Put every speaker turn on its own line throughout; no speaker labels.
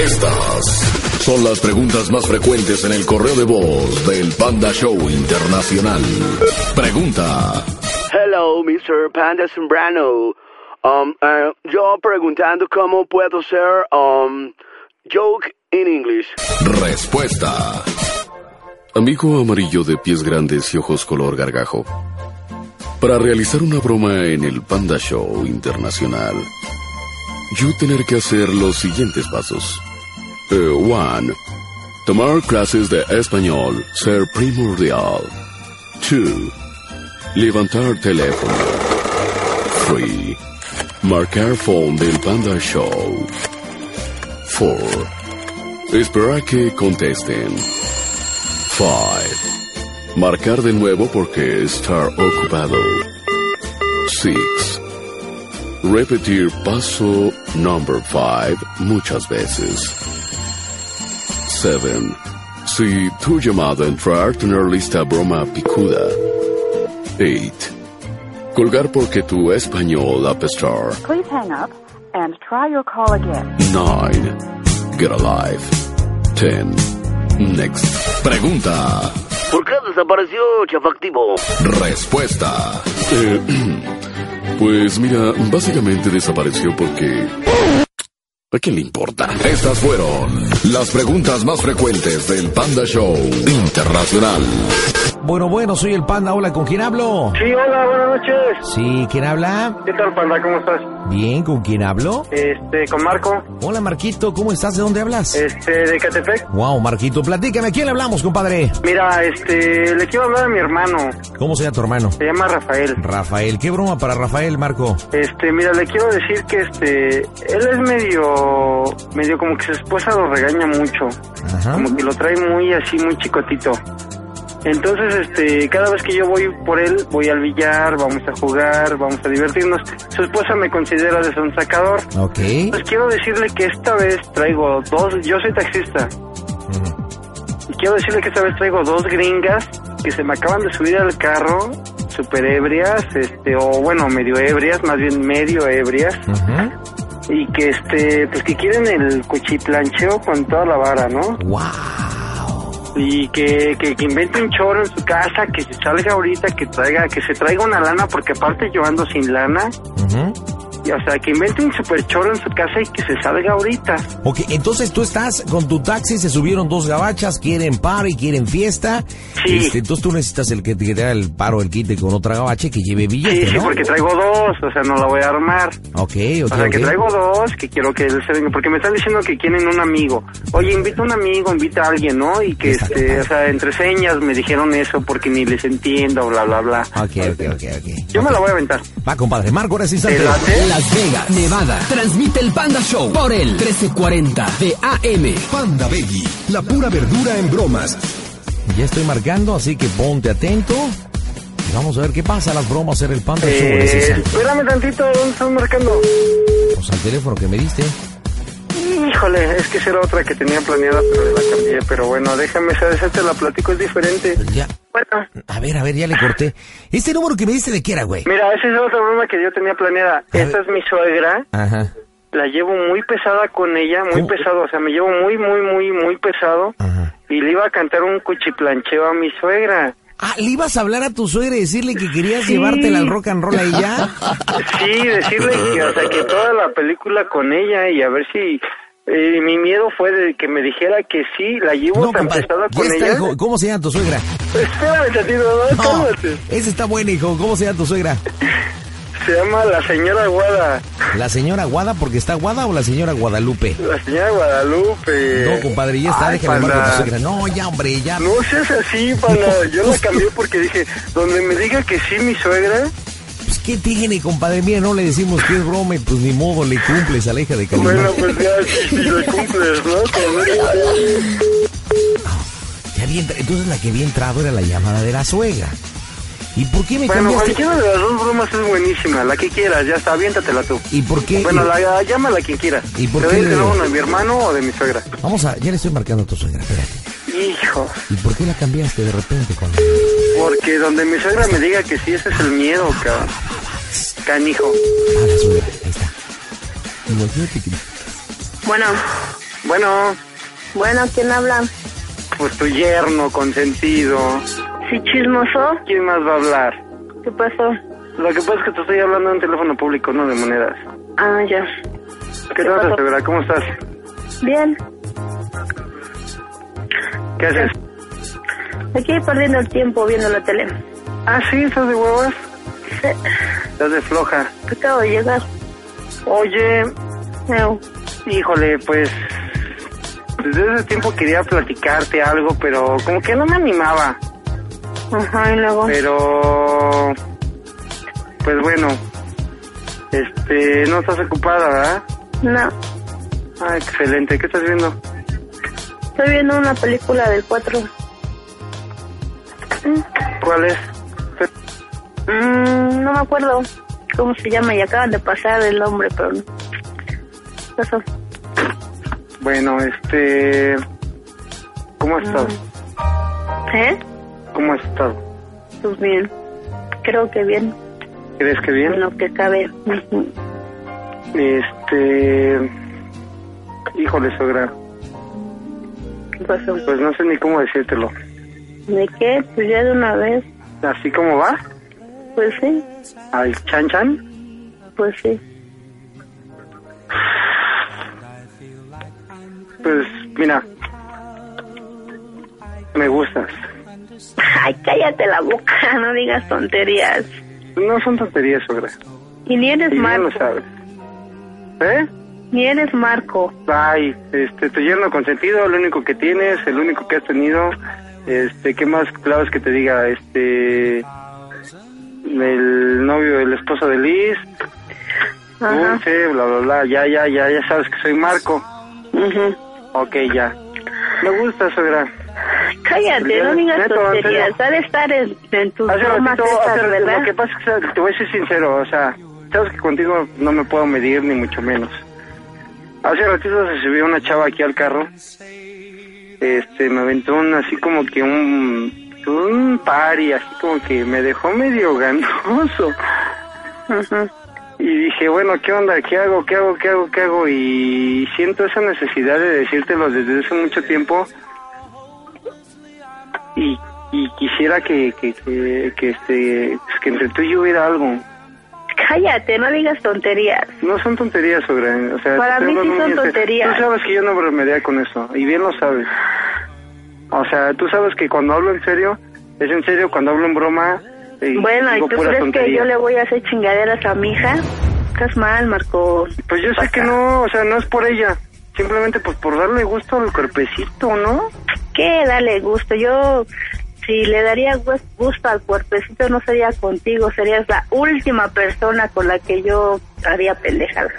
Estas son las preguntas más frecuentes en el correo de voz del Panda Show Internacional. Pregunta.
Hello, Mr. Panda Zambrano. Um, eh, yo preguntando cómo puedo ser um, joke in English.
Respuesta.
Amigo amarillo de pies grandes y ojos color gargajo. Para realizar una broma en el Panda Show Internacional, yo tener que hacer los siguientes pasos. 1. tomar clases de español ser primordial. 2. Levantar teléfono. 3. Marcar phone del Panda Show. 4. Esperar que contesten. 5. Marcar de nuevo porque estar ocupado. 6. Repetir paso number 5 muchas veces. 7. Si tu llamada entrar, tener lista broma picuda. 8. Colgar porque tu español apestar.
Please hang up and try your call again.
9. Get alive. 10. Next.
Pregunta.
¿Por qué desapareció Chafactivo?
Respuesta.
Eh, pues mira, básicamente desapareció porque... ¿A quién le importa?
Estas fueron las preguntas más frecuentes del Panda Show Internacional.
Bueno, bueno, soy el panda. Hola, ¿con quién hablo?
Sí, hola, buenas noches.
Sí, ¿quién habla?
¿Qué tal, Panda? ¿Cómo estás?
Bien, ¿con quién hablo?
Este, con Marco,
Hola, Marquito, ¿cómo estás? ¿De dónde hablas?
este, de Catepec.
Eh, Wow, Marquito, platícame, ¿a quién le hablamos, compadre?
Mira, este, le quiero hablar a mi hermano,
¿Cómo se llama tu hermano?
se llama Rafael.
Rafael, qué broma para Rafael, Marco.
Este, mira, le quiero decir que este, él es medio, medio como que su esposa lo regaña mucho,
Ajá.
como que lo trae muy así, muy chicotito. Entonces, este, cada vez que yo voy por él, voy al billar, vamos a jugar, vamos a divertirnos. Su esposa me considera desonsacador.
Ok.
Pues quiero decirle que esta vez traigo dos, yo soy taxista,
Mm,
Y quiero decirle que esta vez traigo dos gringas que se me acaban de subir al carro, super ebrias, este, o bueno, medio ebrias, más bien medio ebrias,
ujú.
y que este, pues que quieren el cuchiplancheo con toda la vara, ¿no?
Wow.
Y que, que, que invente un choro en su casa, que se salga ahorita, que traiga, que se traiga una lana, porque aparte yo ando sin lana,
Ujú.
y, o sea, que invente un super choro en su casa y que se salga ahorita.
Ok, entonces tú estás con tu taxi, se subieron dos gabachas, quieren paro y quieren fiesta.
Sí.
Este, entonces tú necesitas el que te que te haga el paro, el quite con otra gabacha que lleve billete,
Sí, sí,
este, ¿no?
porque traigo dos, o sea, no la voy a armar.
Ok, ok,
O sea, que
ok.
traigo dos, que quiero que él se venga, porque me están diciendo que quieren un amigo. Oye, invita a un amigo, invita a alguien, ¿no? Y que, este, o sea, entre señas me dijeron eso porque ni les entiendo, bla, bla, bla.
Ok, ok, ok, ok.
Yo me la voy a aventar.
Va, compadre. Marco, ahora sí
¿Te
salte.
late?
Las Vegas, Nevada. Transmite el Panda Show por el 1340 de AM.
Panda Veggie, la pura verdura en bromas.
Ya estoy marcando, así que ponte atento. Y Vamos a ver qué pasa. Las bromas en el Panda Show.
Eh,
Ahora sí salte.
espérame tantito, ¿dónde están marcando?
O sea, el teléfono que me diste.
Híjole, es que esa era otra que tenía planeada, pero la cambié. Pero bueno, déjame, esa, esa te la platico, es diferente.
Ya.
Bueno,
A ver, a ver, ya le corté. ¿Este número que me diste de qué era, güey?
mira, esa es otra broma que yo tenía planeada. Esta es mi suegra.
Ajá,
la llevo muy pesada con ella, muy
¿Cómo?
pesado, o sea, me llevo muy, muy, muy, muy pesado.
ajá.
Y le iba a cantar un cuchiplancheo a mi suegra.
Ah, ¿le ibas a hablar a tu suegra y decirle que querías
Sí.
llevártela al rock and roll a ella?
Sí, decirle que, o sea, que toda la película con ella y a ver si... eh, mi miedo fue de que me dijera que sí, la llevo tan pesada
Ya
con
está,
ella.
hijo. ¿Cómo se llama tu suegra?
Espérame tantito, no,
No,
cálmate.
esa está buena, hijo. ¿Cómo se llama tu suegra?
Se llama la señora Guada,
¿La señora Guada porque está Guada o la señora Guadalupe?
la señora Guadalupe.
No, compadre, ya está,
Eh, Ay,
déjame marcar a tu
panda.
suegra. No, ya, hombre, ya.
No seas así, pana. Yo la cambié porque dije, donde me diga que sí mi suegra,
Pues, ¿qué tiene, compadre? Mira, no le decimos que es broma y pues ni modo, le cumples a la hija de Calimán.
Bueno, pues ya, si, si lo cumples, ¿no? Con eso.
Ya había entra- Entonces la que había entrado era la llamada de la suegra. ¿Y por qué me
Bueno,
cambiaste?
cualquiera de las dos bromas es buenísima. La que quieras, ya está, aviéntatela tú.
¿Y por qué?
Bueno, la, llámala quien quiera.
¿Y por
¿Te
qué
doy el
le-
teléfono de mi hermano o de mi suegra?
Vamos a... Ya le estoy marcando a tu suegra, espérate.
Hijo,
¿Y por qué la cambiaste de repente con la-
porque donde mi suegra me diga que sí, ese es el miedo, cabrón. Canijo.
Ah, la suegra, ahí está. Imagínate que...
Bueno,
Bueno,
Bueno, ¿quién habla?
pues tu yerno consentido.
¿Sí chismoso?
¿Quién más va a hablar?
¿Qué pasó?
Lo que pasa es que te estoy hablando en teléfono público, no de monedas.
Ah, ya.
¿Qué
¿Qué
tal,
pasó?
Severa? ¿Cómo estás?
Bien.
¿Qué haces?
Aquí perdiendo el tiempo viendo la tele.
Ah, sí, estás de huevas.
Sí,
Estás de floja.
Acabo de llegar.
Oye,
No.
híjole, pues. Desde hace tiempo quería platicarte algo, pero como que no me animaba.
Ajá, y luego.
Pero. Pues bueno. Este, no estás ocupada, ¿verdad?
No.
Ah, excelente. ¿Qué estás viendo?
Estoy viendo una película del 4.
¿Cuál es?
Mm, no me acuerdo cómo se llama y acaban de pasar el nombre, pero no. Eso.
Bueno, este. ¿Cómo has estado?
¿Eh?
¿Cómo has estado?
Pues bien. Creo que bien.
¿Crees que bien?
En lo que cabe. Ujú.
Este. Híjole, sogra.
¿Qué pasó?
Pues no sé ni cómo decírtelo.
¿De qué? Pues ya de una vez.
¿Así como va?
Pues sí.
¿Al chan chan?
Pues sí.
Pues mira. Me gustas.
Ay, cállate la boca. No digas tonterías.
No son tonterías, sogra.
Y ni eres
Y bien
Marco.
lo sabes. ¿Eh?
Ni eres Marco.
Ay, este, tu yerno consentido, el único que tienes, el único que has tenido. Este, ¿qué más claves que te diga? Este. El novio, el esposo de Liz.
Ajá.
Dulce, bla, bla, bla. Ya, ya, ya, ya sabes que soy Marco. Mm,
Ujú.
Ok, ya. Me gusta, sogra.
Cállate, no digas
Pues Neto, en serio.
tonterías. Ha de estar en, en tus
Hace
bromas
ratito, hace
estas,
ratito,
¿verdad?
lo que pasa es que te voy a ser sincero, o sea, sabes que contigo no me puedo medir ni mucho menos. Hace ratito se subió una chava aquí al carro, este, me aventó un, así como que un, un pari, así como que me dejó medio ganoso.
Ujú.
Y dije, bueno, ¿qué onda? ¿Qué hago? ¿Qué hago? ¿Qué hago? ¿Qué hago? Y siento esa necesidad de decírtelo desde hace mucho tiempo. Y, y quisiera que, que, que, que, este, que entre tú y yo hubiera algo.
Cállate, no digas tonterías.
No son tonterías, sobre, o sea,
Para
te
mí
hablo
sí
muy
son
en serio.
tonterías.
Tú sabes que yo no bromearía con eso, y bien lo sabes. O sea, tú sabes que cuando hablo en serio, es en serio, cuando hablo en broma, eh,
Bueno, ¿y
digo
tú
puras
crees que
tonterías.
yo le voy a hacer chingaderas a mi hija? Estás mal, Marco.
Pues yo sé que no, o sea, no es por ella. Simplemente pues por darle gusto al cuerpecito, ¿no?
¿Qué? Dale gusto. Yo, si le daría gu- gusto al cuerpecito, no sería contigo. Serías la última persona con la que yo haría pendejadas.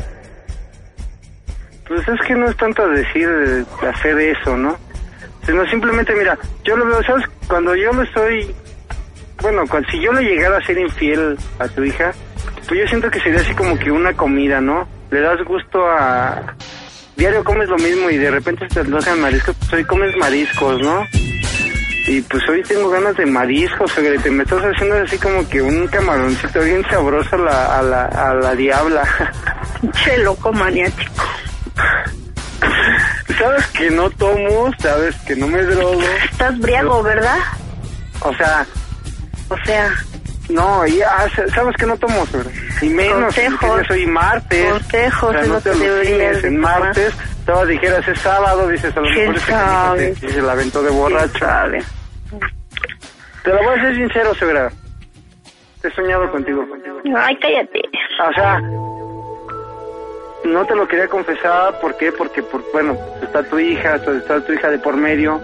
Pues es que no es tanto decir, eh, hacer eso, ¿no? Sino simplemente, mira, yo lo veo, ¿sabes? Cuando yo lo estoy... Bueno, cu- si yo le llegara a ser infiel a tu hija, pues yo siento que sería así como que una comida, ¿no? Le das gusto a... Diario comes lo mismo y de repente te antojan mariscos, pues hoy comes mariscos, ¿no? Y pues hoy tengo ganas de mariscos, y te me estás haciendo así como que un camaroncito bien sabroso a la, a la, a la diabla.
Che, loco maniático.
Sabes que no tomo, sabes que no me drogo.
Estás briago, ¿verdad?
O sea,
O sea,
no, y, ah, sa- sabes que no tomo, sobre. Y menos,
Consejos.
soy martes.
Consejos
o sea,
es
no
lo
te
que
alucines,
deberías de
en
tomar.
martes. Todas dijeras, es sábado, dices, a lo
¿Quién
mejor este
sabe?
canijo se, se la aventó de borracho.
sabe.
Te lo voy a ser sincero, Segura. Te he soñado contigo, pues. contigo.
Ay, cállate.
O sea, no te lo quería confesar, ¿por qué? Porque, por, bueno, está tu hija, está tu hija de por medio.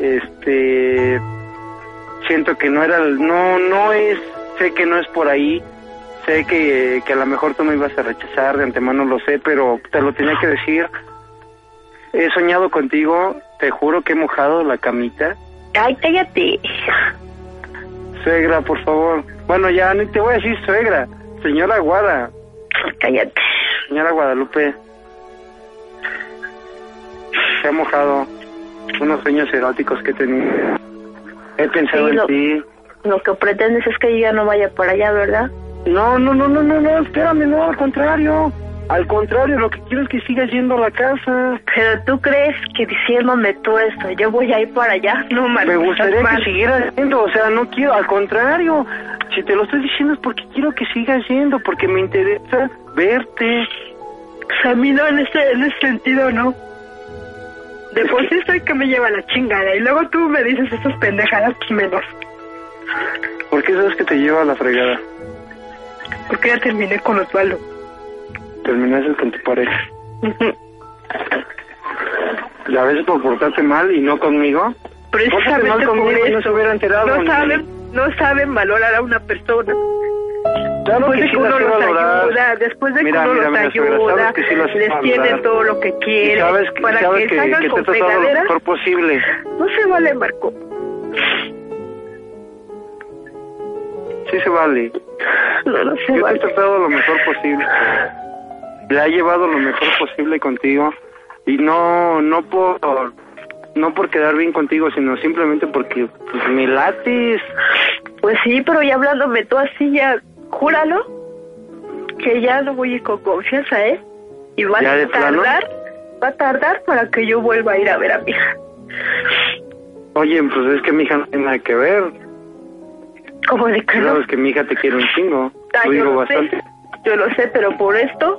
Este, siento que no era, el- no, no es, sé que no es por ahí. Sé que, que a lo mejor tú me ibas a rechazar, de antemano lo sé, pero te lo tenía que decir. He soñado contigo, te juro que he mojado la camita.
Ay, cállate.
Suegra, por favor. Bueno, ya ni te voy a decir suegra, señora Guada.
Cállate.
Señora Guadalupe, se ha mojado unos sueños eróticos que he tenido. He pensado
Sí,
en
lo-
ti.
Lo que pretendes es que yo ya no vaya para allá, ¿verdad?
No, no, no, no, no, no, espérame, no, al contrario. Al contrario, lo que quiero es que siga yendo a la casa.
Pero tú crees que diciéndome todo esto, yo voy a ir para allá, no Marco,
Me gustaría
estás
que
mal.
siguiera yendo, o sea, no quiero, al contrario, si te lo estoy diciendo es porque quiero que sigas yendo, porque me interesa verte.
Pues a mí no, en ese, en ese sentido no. De por sí soy que me lleva la chingada. Y luego tú me dices esas pendejadas, pues menos.
Porque sabes que te lleva a la fregada.
Porque ya terminé con Osvaldo.
Terminaste con tu pareja. ¿La ves por portarte mal y no conmigo? Pórtate mal
Precisamente
conmigo
por
y no
eso.
se hubiera enterado,
No
ni-
saben, no saben valorar a una persona.
Claro
Después
que
de
sí
Pues
las
que uno
sé
los
valorar.
ayuda, después de que
Mira,
uno
mira,
los
mira, suegra,
ayuda,
sabes que sí las sé
les tiene
valorar.
todo lo que
Y
quieren,
sabes que,
para
sabes
que,
que,
salgan
que te he
con
tratado lo
pegaderas,
mejor posible.
no se vale, Marco.
Sí se vale.
No, no se
Yo te he
vale.
tratado lo mejor posible. Le ha llevado lo mejor posible contigo y no no por no por quedar bien contigo, sino simplemente porque pues, me lates.
Pues sí, pero ya hablándome tú así, ya júralo que ya no voy a ir con confianza, ¿eh? Y va
¿Ya de
a
plano?
tardar, va a tardar para que yo vuelva a ir a ver a mi hija.
Oye, pues es que mi hija no tiene nada que ver.
Como de que
Tú
no?
sabes que mi hija te quiere un chingo.
Ah,
Lo
yo
digo
lo
bastante.
sé, yo lo sé, pero por esto...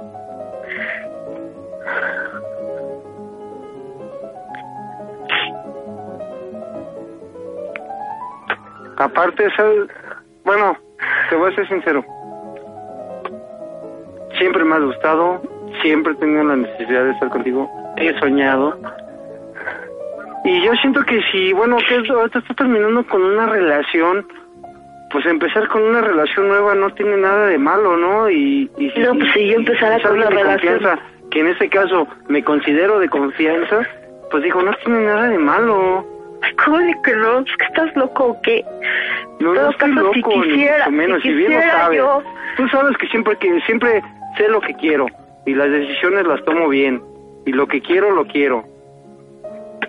Aparte, ¿sabes? bueno, te voy a ser sincero. Siempre me has gustado, siempre he tenido la necesidad de estar contigo, he soñado. Y yo siento que si, bueno, que es- ahorita está terminando con una relación, pues empezar con una relación nueva no tiene nada de malo, ¿no? Y, y si-
No, pues, si yo empezara
y si
con
alguien
una
de
relación.
confianza, que en este caso me considero de confianza, pues digo, no tiene nada de malo.
Ay, ¿Cómo de que no? ¿Es que estás loco o qué?
No, no
En todo
estoy
caso,
loco,
si
ni
quisiera-
mucho menos,
si
si bien lo
quisiera
sabes.
yo-
Tú sabes que siempre, que siempre sé lo que quiero y las decisiones las tomo bien. Y lo que quiero, lo quiero.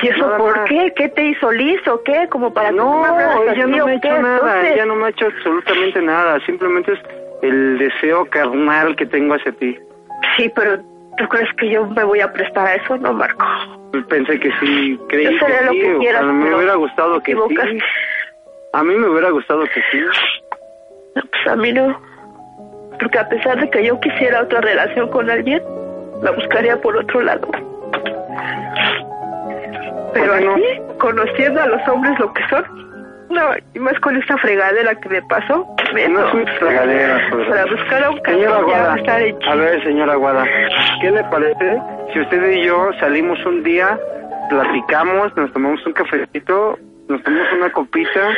¿Y eso
Nada
por
más.
qué? ¿Qué te hizo liso? ¿Qué? Como para que tú
no,
me hablaras
ella
así,
no
¿o
me ha hecho
qué?
nada,
Entonces,
ella no me ha hecho absolutamente nada. Simplemente es el deseo carnal que tengo hacia ti.
Sí, pero ¿tú crees que yo me voy a prestar a eso? No, Marco.
Pensé que sí, creí
Yo seré
que
lo
sí,
que
o
quieras.
sea, me
pero
hubiera gustado
te
que sí.
equivocaste.
A mí me hubiera gustado que sí.
No, pues a mí no. Porque a pesar de que yo quisiera otra relación con alguien, la buscaría por otro lado. Pero
¿Por qué no?
así, conociendo a los hombres lo que son, no, y más con esta fregadera que me pasó,
No
menos.
es una fregadera, suegra.
Para buscar a un
Señora
cabrón ya va a estar
Guada,
hecho.
a ver, señora Guada, ¿qué le parece si usted y yo salimos un día, platicamos, nos tomamos un cafecito, nos tomamos una copita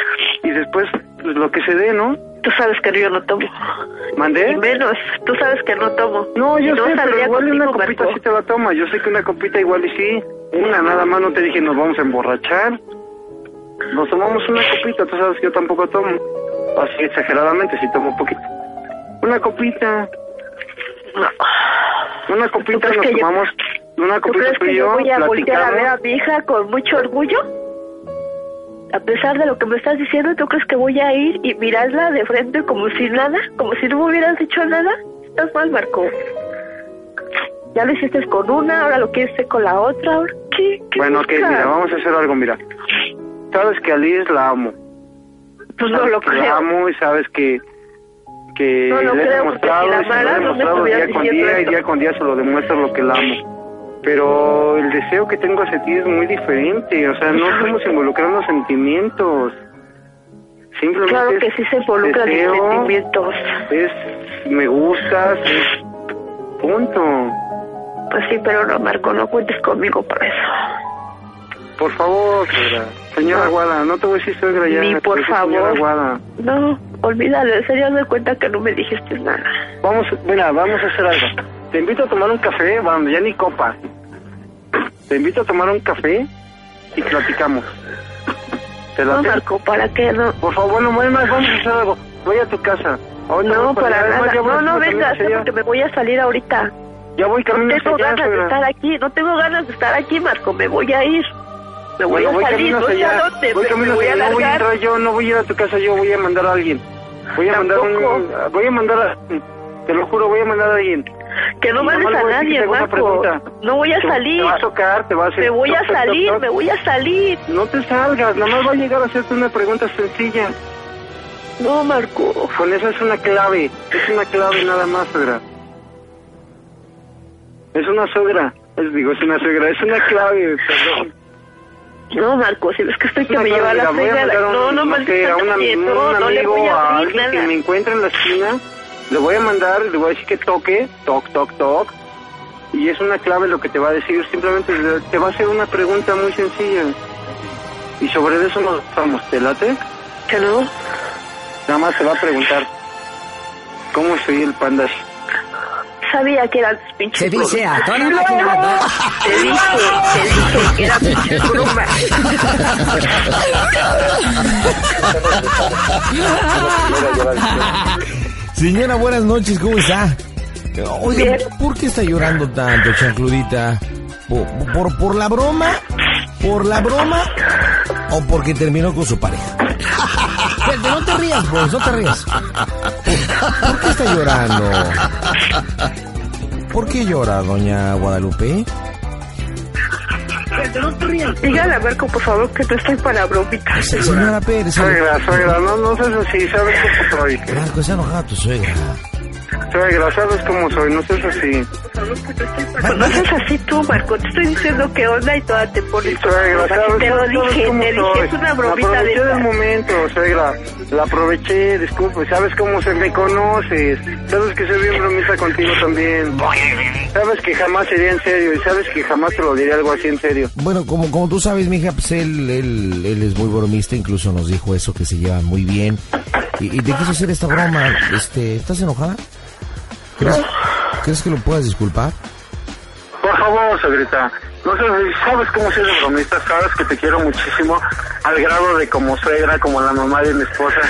y después pues, lo que se dé, ¿no?
Tú sabes que yo no tomo. Y
¿Mandé?
menos, tú sabes que no tomo.
¿Eh? No, yo
Y no
sé, pero
saldría
igual una
contigo,
copita
Marco.
sí te la toma. Yo sé que una copita igual y sí. Una nada más, no te dije nos vamos a emborrachar. Nos tomamos una copita, tú sabes que yo tampoco tomo. Así exageradamente, sí tomo un poquito. Una copita. Una
¿Tú
copita
crees
nos
que yo-
tomamos. Una
¿Tú
copita
crees
tú
que
y
yo
yo,
voy a voltear a ver a
platicamos.
mi hija con mucho orgullo? A pesar de lo que me estás diciendo, ¿tú crees que voy a ir y mirarla de frente como si nada? ¿Como si no me hubieras dicho nada? Estás mal, Marco. Ya lo hiciste con una, ahora lo quieres hacer con la otra. ahora- ¿Qué, qué
Bueno, ok,
buscas?
mira, vamos a hacer algo, mira. Sabes que a Liz la amo.
Pues no
Sabes
lo
que la
creo.
amo y sabes que que
No lo
le he
creo, porque
demostrado,
si la
y se lo he
amara, no me
demostrado
estuvieras
día con
diciendo
día y
eso.
día con día se lo demuestro lo que la amo. Pero el deseo que tengo hacia ti es muy diferente, o sea, no estamos involucrando sentimientos. Simplemente
Claro que
es
sí se involucran mis
deseo,
sentimientos.
Es me gustas, es punto.
Pues sí, pero no, Marco, no cuentes conmigo para eso.
Por favor, suegra. señora
No.
Guada, no te voy a decir suegra ya. te
Ni
voy a
por
decir señora
favor.
Guada.
No, olvídalo, en serio me cuenta que no me dijiste nada.
Vamos, mira, vamos a hacer algo. Te invito a tomar un café, vamos, ya ni copa. Te invito a tomar un café y platicamos. ¿Te
No,
late?
Marco, ¿para qué? No,
Por favor, no, bueno, más, vamos a hacer algo. Voy a tu casa. Ahorita
no
voy
para
allá, además,
nada.
ya voy
No, no
camino
vengas,
hacia allá.
porque me voy a salir ahorita.
Ya voy
No
camino hacia
tengo
allá,
ganas de
suegra.
estar aquí, no tengo ganas de estar aquí, Marco, me voy a ir. Me voy
Bueno,
a
voy
salir,
camino
no
hacia
sé a
allá.
dónde,
Voy
pero me
camino
voy
hacia
a
allá. No voy a
largar.
entrar yo, no voy a ir a tu casa yo, voy a mandar a alguien. Voy a mandar un...
Tampoco.
Voy a mandar a... Te lo juro, voy a mandar a alguien.
Que no
Nada
mandes
más
a
le voy decir que
nadie,
te hago una
Marco.
pregunta.
No voy a
Te-
salir.
Te va a tocar, te va a hacer...
Me voy
toc,
a
toc, toc,
salir,
toc.
me voy a salir.
No te salgas, nada más va a llegar a hacerte una pregunta sencilla.
No, Marco.
Con eso es una clave, es una clave nada más, suegra. Es una suegra, es, digo, es una suegra, es una clave, perdón.
No, Marco, si ves que estoy que
Una
me lleva a
clave,
la
voy a
fregada.
mandar a
No,
un-
no,
no sé,
maldita
a un, am-
nadie, no,
un
no le voy
amigo,
a
a
abrir
alguien
nada.
que me encuentre en la esquina, le voy a mandar, le voy a decir que toque, toc, toc, toc. Y es una clave lo que te va a decir, simplemente te va a hacer una pregunta muy sencilla. Y sobre eso nos vamos, ¿te late?
Que no.
Nada más se va a preguntar, ¿cómo soy el panda?
Sabía que eran tus pinches
Se dice,
bromas.
atona la que manda.
Te dije, te dije que eran pinches bromas.
Señora, buenas noches, ¿cómo está? Oiga,
Bien.
¿por qué está llorando tanto, chancludita? ¿Por, por, por la broma? ¿Por la broma? ¿O porque terminó con su pareja? Espérate, Pues, No te rías, Boris, no te rías. ¿Por, por qué está llorando? ¿Por qué llora, doña Guadalupe?
Dígale a Marco, por favor, que no estoy para bromitas.
Se- Señora Pérez, se-
Suegra, suegra, no, no seas así, sabes cómo soy.
Marco, se ha enojado tu suegra.
Suegra, sabes cómo soy, no seas así.
No seas así tú, Marco. Te estoy diciendo qué onda y toda te pones.
Suegra, sabes,
Te lo
sabes
dije,
cómo
te dije,
soy.
es una bromita de
Aproveché del
esas.
momento, suegra. La aproveché, disculpe, sabes cómo se me conoces. Sabes que soy bien bromita contigo también. Sabes que jamás sería en serio y sabes que jamás te lo diré algo así en serio.
Bueno, como, como tú sabes, mija, pues él, él, él es muy bromista, incluso nos dijo eso, que se llevan muy bien. Y, y te quiso hacer esta broma. Este, ¿Estás enojada? ¿Crees, crees que lo puedas disculpar?
Por favor, suegrita. No sé, sabes cómo soy de bromista, sabes que te quiero muchísimo, al grado de como suegra, como la mamá de mi esposa.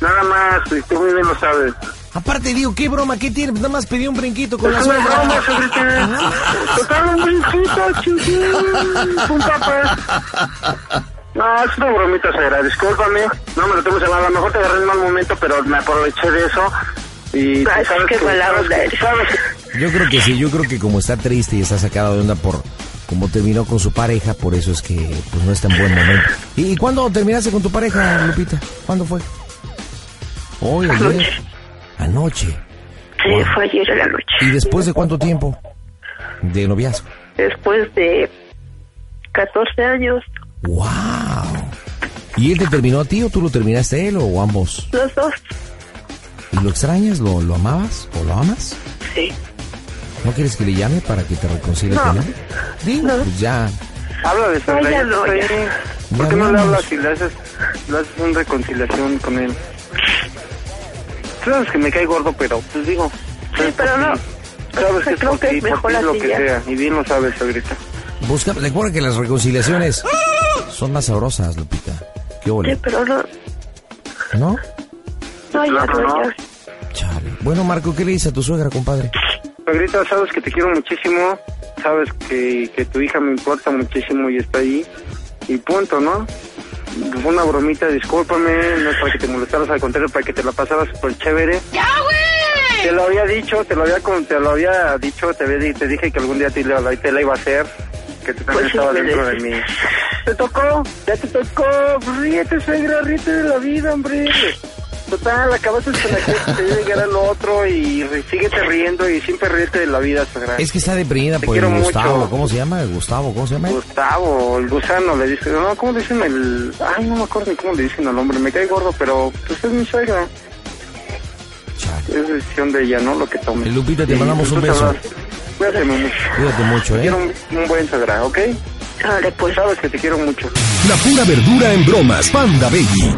Nada más, y tú muy bien lo sabes.
Aparte, digo, ¿qué broma? ¿Qué tiene? Nada más pedí un brinquito con la
Es una
suegra. Ah.
broma, señorita. Tocaron brinquitos, chiquín. Punta, pues. No, es una bromita, señora. Discúlpame. No me lo tomes a mal. A lo mejor te agarré en mal momento, pero me aproveché de eso. Y tú
Ay, qué mala
sabes
onda
que-
eres.
sabes que-
Yo creo que sí, yo creo que como está triste y está sacada de onda por como terminó con su pareja, por eso es que pues no está en buen momento. ¿Y, y cuándo terminaste con tu pareja, Lupita? ¿Cuándo fue? Hoy, ayer. Anoche.
Sí, fue ayer en la noche.
¿Y después de cuánto tiempo? De noviazgo.
Después de 14 años,
¡Wow! ¿Y él te terminó a ti o tú lo terminaste a él o ambos?
los dos.
¿Y lo extrañas? ¿Lo, lo amabas o lo amas?
Sí.
¿No quieres que le llame para que te reconcilies
No.
con él? Sí, pues ya.
Habla de
Ay, ya
Sandra.
no, ya.
¿Por qué no le
hablamos.
hablas y le haces, le haces una reconciliación con él? Tú sabes que me cae gordo, pero pues digo.
Sí,
es
pero
por
no. Pues,
ti. Sabes que es
Creo
por
que es
ti, por
mejor
ti es lo
así
que
ya.
sea. Y bien lo sabes, ahorita.
Busca, recuerda que las reconciliaciones son más sabrosas, Lupita. ¿Qué
Sí,
ole?
pero no.
¿No?
No, ya
Claro,
no,
no.
ya.
Chale. Bueno, Marco, ¿qué le dices a tu suegra, compadre?
Negrita, sabes que te quiero muchísimo, sabes que, que tu hija me importa muchísimo y está ahí, y punto, ¿no? Fue una bromita, discúlpame, no es para que te molestaras, al contrario, para que te la pasaras súper chévere. ¡Ya, güey! Te lo había dicho, te lo había, con- te lo había dicho, te, había di- te dije que algún día te, la- te la iba a hacer, que tú también
Pues sí,
estabas
me
dentro de mí. Te tocó, ya te tocó, pues ríete, suegra, ríete de la vida, hombre. Total, acabaste con la que te llegar al otro y re- síguete riendo y siempre ríete de la vida, suegra.
Es que está deprimida
Te
por el
quiero
Gustavo.
mucho.
¿Cómo se llama? Gustavo, ¿cómo se llama?
Gustavo, el gusano, le dice, no, ¿cómo le dicen el...? Ay, no me acuerdo ni cómo le dicen al hombre, me cae gordo, pero pues es mi suegra.
Chale.
Es decisión de ella, ¿no? Lo que tome.
Lupita, te
Y,
mandamos
pues,
un
tú
beso.
sabrás. Cuídate mucho.
Cuídate mucho,
Te
¿eh?
quiero un, un buen suegra, ¿ok?
Dale, pues.
Sabes que te quiero mucho.
La pura verdura en bromas, Panda Baby.